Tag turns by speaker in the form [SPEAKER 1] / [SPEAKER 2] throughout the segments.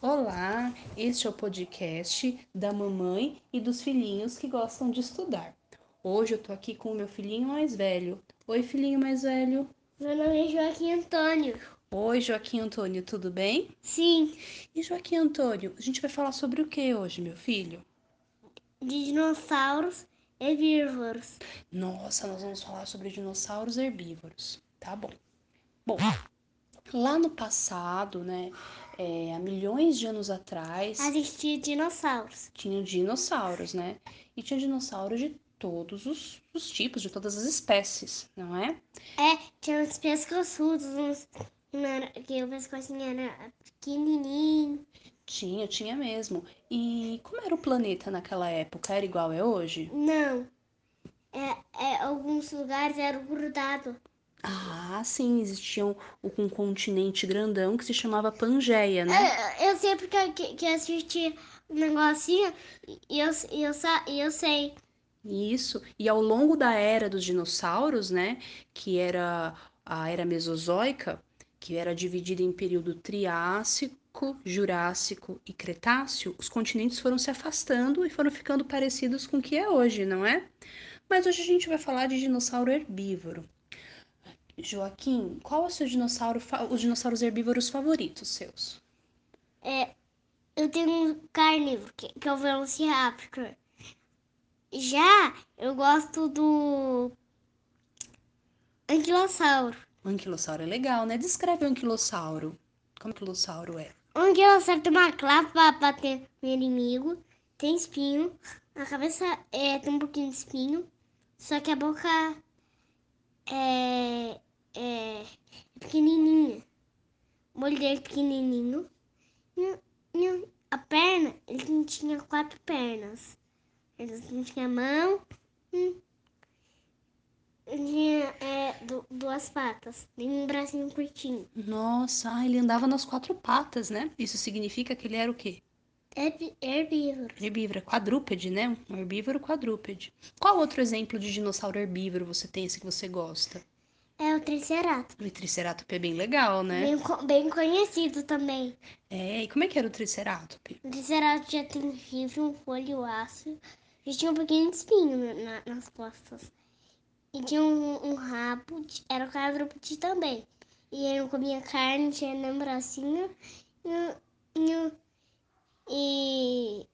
[SPEAKER 1] Olá, este é o podcast da mamãe e dos filhinhos que gostam de estudar. Hoje eu tô aqui com o meu filhinho mais velho. Oi, filhinho mais velho.
[SPEAKER 2] Meu nome é Joaquim Antônio.
[SPEAKER 1] Oi, Joaquim Antônio, tudo bem?
[SPEAKER 2] Sim,
[SPEAKER 1] E Joaquim Antônio, a gente vai falar sobre o que hoje, meu filho?
[SPEAKER 2] de dinossauros herbívoros.
[SPEAKER 1] Nossa, nós vamos falar sobre dinossauros herbívoros. Tá bom. Bom, lá no passado, né, é, há milhões de anos atrás,
[SPEAKER 2] Assistir dinossauros.
[SPEAKER 1] tinham dinossauros, né? E tinha dinossauros de todos os, os tipos, de todas as espécies, não é?
[SPEAKER 2] Tinha uns pescoçudos, uns... não era- que o pescocinho era pequenininho.
[SPEAKER 1] Tinha, tinha mesmo. E como era o planeta naquela época? Era igual é hoje?
[SPEAKER 2] Não, é, é, alguns lugares eram grudados.
[SPEAKER 1] Ah, sim, existia um, um continente grandão que se chamava Pangeia, né?
[SPEAKER 2] É, Eu, sei porque eu que, que eu assisti um negocinho e eu, e eu, sa- e eu sei.
[SPEAKER 1] Isso. E ao longo da era dos dinossauros, né, que era a era mesozoica, que era dividida em período Triássico, Jurássico e Cretáceo, os continentes foram se afastando e foram ficando parecidos com o que é hoje, não é? Mas hoje a gente vai falar de dinossauro herbívoro. Joaquim, qual é o seu dinossauro, fa- os dinossauros herbívoros favoritos seus?
[SPEAKER 2] Eu tenho um carnívoro, que, que é o Velociraptor. Já eu gosto do anquilossauro.
[SPEAKER 1] O anquilossauro é legal, né? Descreve o anquilossauro. Como o anquilossauro é?
[SPEAKER 2] O anquilossauro tem uma clava pra bater no inimigo, tem espinho, a cabeça é, tem um pouquinho de espinho, só que a boca é, é pequenininha. O olho dele é pequenininho. E- e a perna, ele não tinha quatro pernas. Ele não tinha mão. hum. Ele tinha é, du- duas patas. Tem um bracinho curtinho.
[SPEAKER 1] Nossa, ah, ele andava nas quatro patas, né? Isso significa que ele era o quê?
[SPEAKER 2] Herb- É, Herbívoro.
[SPEAKER 1] Herbívoro, quadrúpede, né? Um herbívoro quadrúpede. Qual outro exemplo de dinossauro herbívoro você tem, esse que você gosta?
[SPEAKER 2] É o triceratops.
[SPEAKER 1] O Triceratops é bem legal, né?
[SPEAKER 2] Bem, co- bem conhecido também.
[SPEAKER 1] É, e como é que era o Triceratops?
[SPEAKER 2] O triceratops já tem um chifre, um folho ácido. E tinha um pequeno espinho na- na- nas costas. E tinha um, um rabo, de- era o quadrúpede também. E ele não comia carne, tinha nem bracinho. E, e, e,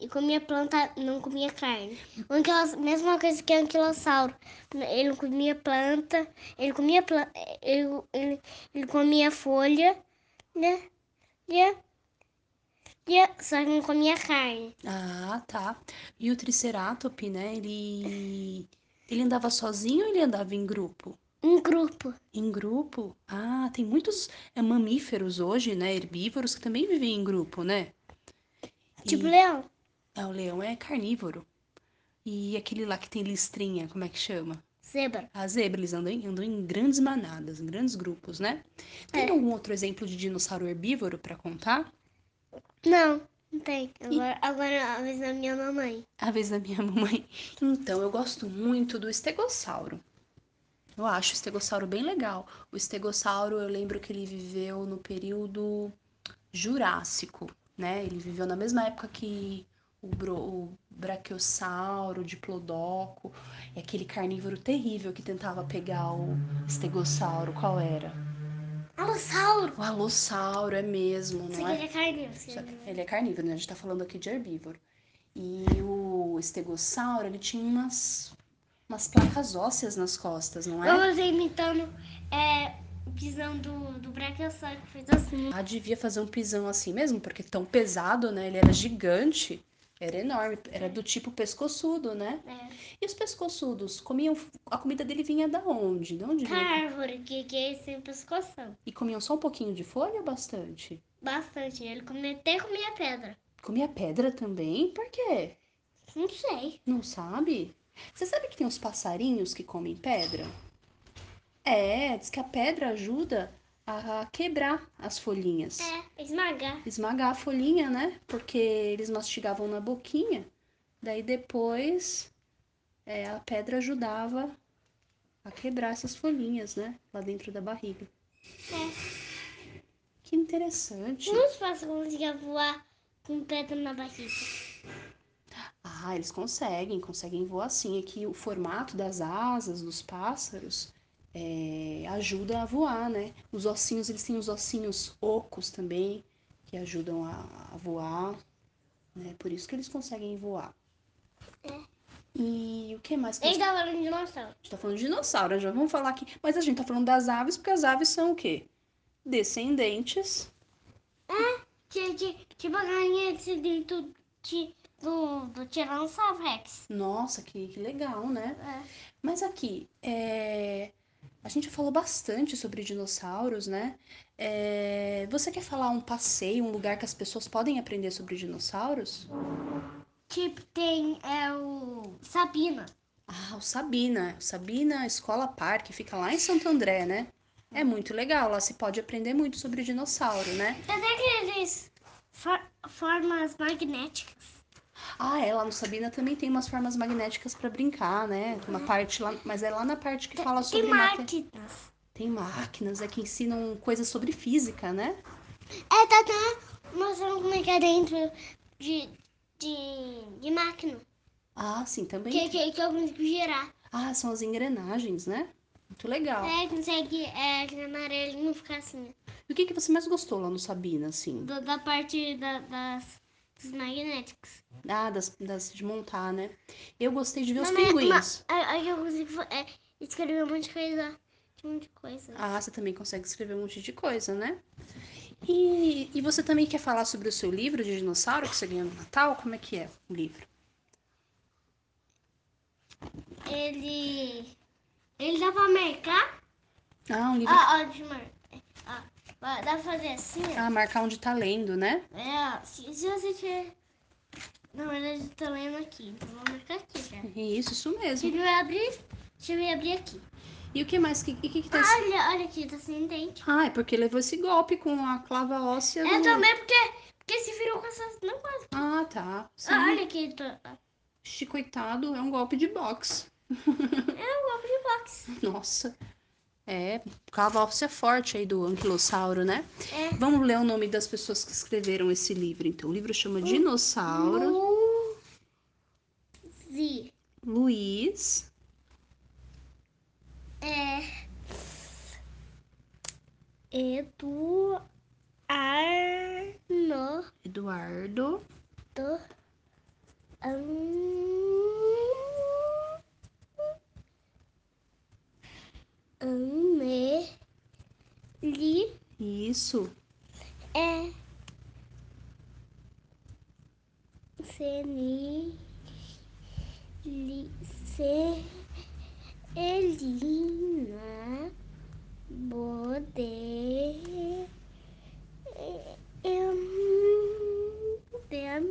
[SPEAKER 2] e comia planta, não comia carne. O anquilos, mesma coisa que o anquilossauro. Ele não comia planta, ele comia, pla- ele, ele, ele comia folha, né? E, e, só que não comia carne.
[SPEAKER 1] Ah, tá. E o Triceratops, né? Ele. Ele andava sozinho ou ele andava em grupo?
[SPEAKER 2] Um grupo.
[SPEAKER 1] Em grupo? Ah, tem muitos é, mamíferos hoje, né? Herbívoros que também vivem em grupo, né?
[SPEAKER 2] Tipo
[SPEAKER 1] E-
[SPEAKER 2] leão.
[SPEAKER 1] Ah, o leão é carnívoro. E aquele lá que tem listrinha, como é que chama?
[SPEAKER 2] Zebra.
[SPEAKER 1] A zebra, eles andam em, andam em grandes manadas, em grandes grupos, né? Tem
[SPEAKER 2] É.
[SPEAKER 1] algum outro exemplo de dinossauro herbívoro pra contar?
[SPEAKER 2] Não, não tem. Agora, agora é a vez da minha mamãe.
[SPEAKER 1] A vez da minha mamãe. Então, eu gosto muito do estegossauro. Eu acho o estegossauro bem legal. O estegossauro, eu lembro que ele viveu no período Jurássico, né? Ele viveu na mesma época que o, bro, o braquiossauro, o diplodoco, e É aquele carnívoro terrível que tentava pegar o estegossauro. Qual era?
[SPEAKER 2] Ah, Alossauro.
[SPEAKER 1] O alossauro, é mesmo,
[SPEAKER 2] Isso
[SPEAKER 1] não
[SPEAKER 2] aqui
[SPEAKER 1] é?
[SPEAKER 2] é carnívoro.
[SPEAKER 1] Só que Ele é carnívoro, né? A gente tá falando aqui de herbívoro. E o estegossauro, ele tinha umas, umas placas ósseas nas costas, não é?
[SPEAKER 2] Vamos imitando é, visão do, do Brachiosauro que fez assim.
[SPEAKER 1] Ah, devia fazer um pisão assim mesmo, porque tão pesado, né? Ele era gigante, era enorme, era do tipo pescoçudo, né?
[SPEAKER 2] É.
[SPEAKER 1] E os pescoçudos comiam. A comida dele vinha da onde? De onde
[SPEAKER 2] Ah.
[SPEAKER 1] vinha?
[SPEAKER 2] Árvore, que, que é sem pescoção.
[SPEAKER 1] E comiam só um pouquinho de folha ou bastante?
[SPEAKER 2] Bastante. né? Ele comia, até comia pedra.
[SPEAKER 1] Comia pedra também? Por quê?
[SPEAKER 2] Não sei.
[SPEAKER 1] Não sabe? Você sabe que tem uns passarinhos que comem pedra? É, diz que a pedra ajuda a quebrar as folhinhas.
[SPEAKER 2] É, esmagar.
[SPEAKER 1] esmagar a folhinha, né? Porque eles mastigavam na boquinha. Daí depois é, a pedra ajudava a quebrar essas folhinhas, né? Lá dentro da barriga. Que interessante.
[SPEAKER 2] Como os pássaros conseguiam voar com pedra na barriga?
[SPEAKER 1] Ah, eles conseguem, conseguem voar sim. É que o formato das asas dos pássaros é, ajuda a voar, né? Os ossinhos, eles têm os ossinhos ocos também, que ajudam a, a voar, né? Por isso que eles conseguem voar. E o que mais que
[SPEAKER 2] Eles
[SPEAKER 1] a
[SPEAKER 2] davam um dinossauro.
[SPEAKER 1] gente tá falando de dinossauro, né? já vamos falar aqui. Mas a gente tá falando das aves, porque as aves são o quê? Descendentes.
[SPEAKER 2] Tinha- tinha- Tipo a galinha de dentro de- do, do Tiranossauro Rex.
[SPEAKER 1] Nossa, que, que legal, né?
[SPEAKER 2] É.
[SPEAKER 1] Mas aqui, é, a gente falou bastante sobre dinossauros, né? É, Você quer falar um passeio, um lugar que as pessoas podem aprender sobre dinossauros?
[SPEAKER 2] Tipo, tem é o Sabina.
[SPEAKER 1] Ah, o Sabina. O Sabina Escola Parque, fica lá em Santo André, né? É muito legal, lá se pode aprender muito sobre dinossauro, né?
[SPEAKER 2] Até que eles for- formas magnéticas.
[SPEAKER 1] Ah, é, lá no Sabina também tem umas formas magnéticas pra brincar, né? Uma parte lá, mas é lá na parte que fala
[SPEAKER 2] Tem
[SPEAKER 1] sobre mate-
[SPEAKER 2] máquinas.
[SPEAKER 1] Tem máquinas, é que ensinam coisas sobre física, né?
[SPEAKER 2] É, tá, tá mostrando como é que é dentro de, de, de máquina.
[SPEAKER 1] Ah, sim, também
[SPEAKER 2] Que, que, que eu consigo girar.
[SPEAKER 1] Ah, são as engrenagens, né? Muito legal.
[SPEAKER 2] É, consegue é, aquele amarelinho ficar assim.
[SPEAKER 1] E o que, que você mais gostou lá no Sabina, assim?
[SPEAKER 2] do- da parte da- das, dos magnéticos.
[SPEAKER 1] Ah, das, das de montar, né? Eu gostei de ver os
[SPEAKER 2] Não, é mas-
[SPEAKER 1] pinguins.
[SPEAKER 2] Aí aí eu consigo é, escrever um monte de coisa. Um monte de coisa.
[SPEAKER 1] Ah, você também consegue escrever um monte de coisa, né? E, e você também quer falar sobre o seu livro de dinossauro que você ganhou no Natal? Como é que é o livro?
[SPEAKER 2] Ele. Ele dá pra marcar?
[SPEAKER 1] Ah, um livro. Ah,
[SPEAKER 2] Ó, ó, deixa eu marcar. Ó, ó, dá pra fazer assim, ó.
[SPEAKER 1] marcar onde tá lendo, né?
[SPEAKER 2] É, ó, se, se você tiver. Na verdade, eu tô lendo aqui, então vou marcar aqui já.
[SPEAKER 1] É Isso, isso mesmo.
[SPEAKER 2] Deixa eu abrir. Deixa eu abrir aqui.
[SPEAKER 1] E o que mais? que- E o que,
[SPEAKER 2] Ah.
[SPEAKER 1] que tá escrito?
[SPEAKER 2] Olha, olha aqui, tá sem dente.
[SPEAKER 1] Ah, é porque levou esse golpe com a clava óssea.
[SPEAKER 2] É
[SPEAKER 1] do-
[SPEAKER 2] também porque, porque se virou com essas. Não quase.
[SPEAKER 1] Ah, tá. Sim.
[SPEAKER 2] Ah, olha aqui, tô, é
[SPEAKER 1] Chicoitado é um golpe de boxe.
[SPEAKER 2] um golpe de boxe.
[SPEAKER 1] Nossa. É, clava óssea forte aí do anquilossauro, né?
[SPEAKER 2] É.
[SPEAKER 1] Vamos ler o nome das pessoas que escreveram esse livro, então. O livro
[SPEAKER 2] Hum.
[SPEAKER 1] chama Dinossauro,
[SPEAKER 2] Luzi.
[SPEAKER 1] Luiz,
[SPEAKER 2] É. Eduardo
[SPEAKER 1] Eduardo,
[SPEAKER 2] 嗯 An- 嗯 Anne. Li.
[SPEAKER 1] isso,
[SPEAKER 2] É. Seni. Li. Se. Elina. Bode. em- den-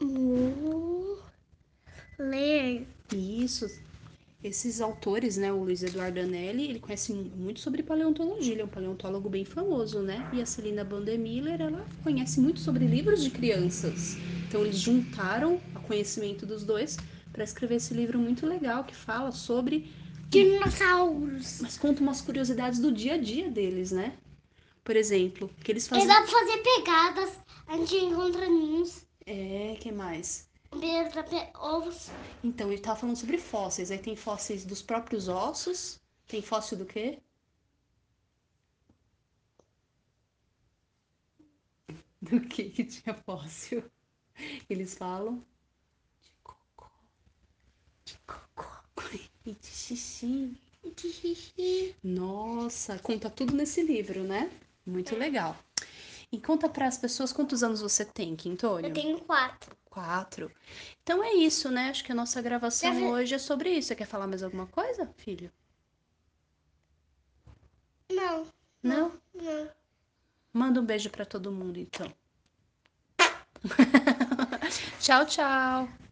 [SPEAKER 2] mu- Ler.
[SPEAKER 1] isso. Esses autores, né? O Luiz Eduardo Anelli, ele conhece muito sobre paleontologia, ele é um paleontólogo bem famoso, né? E a Celina Bandemiller, ela conhece muito sobre livros de crianças. Então, eles juntaram o conhecimento dos dois para escrever esse livro muito legal que fala sobre
[SPEAKER 2] Dinossauros.
[SPEAKER 1] mas conta umas curiosidades do dia a dia deles, né? Por exemplo, que eles
[SPEAKER 2] Eles
[SPEAKER 1] fazem.
[SPEAKER 2] dá pra fazer pegadas. A gente encontra ninhos.
[SPEAKER 1] É, que mais?
[SPEAKER 2] Pedra, pe- ovos.
[SPEAKER 1] Então, ele tava falando sobre fósseis. Aí tem fósseis dos próprios ossos. Tem fóssil do quê? Do que que tinha fóssil? Eles falam de cocô, de cocô e de xixi. Nossa, conta tudo nesse livro, né? Muito legal. E conta para as pessoas quantos anos você tem, Quintônio?
[SPEAKER 2] Eu tenho quatro.
[SPEAKER 1] Quatro. Então é isso, né? Acho que a nossa gravação
[SPEAKER 2] Deve-
[SPEAKER 1] hoje é sobre isso. Você quer falar mais alguma coisa, filho?
[SPEAKER 2] Não,
[SPEAKER 1] Não?
[SPEAKER 2] não.
[SPEAKER 1] Manda um beijo para todo mundo, então. tchau, tchau.